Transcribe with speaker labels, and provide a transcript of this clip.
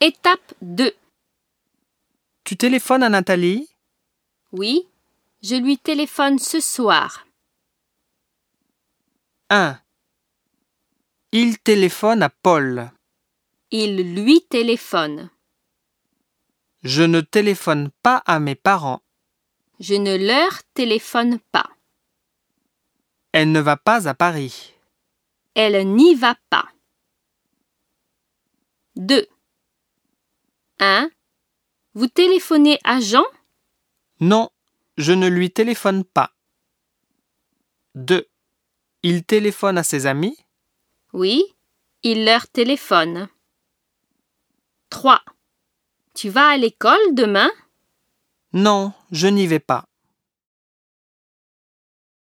Speaker 1: Étape 2.
Speaker 2: Tu téléphones à Nathalie
Speaker 1: Oui, je lui téléphone ce soir.
Speaker 2: 1. Il téléphone à Paul.
Speaker 1: Il lui téléphone.
Speaker 2: Je ne téléphone pas à mes parents.
Speaker 1: Je ne leur téléphone pas.
Speaker 2: Elle ne va pas à Paris.
Speaker 1: Elle n'y va pas. 2. 1. Vous téléphonez à Jean
Speaker 2: Non, je ne lui téléphone pas. 2. Il téléphone à ses amis.
Speaker 1: Oui, il leur téléphone. 3. Tu vas à l'école demain
Speaker 2: Non, je n'y vais pas.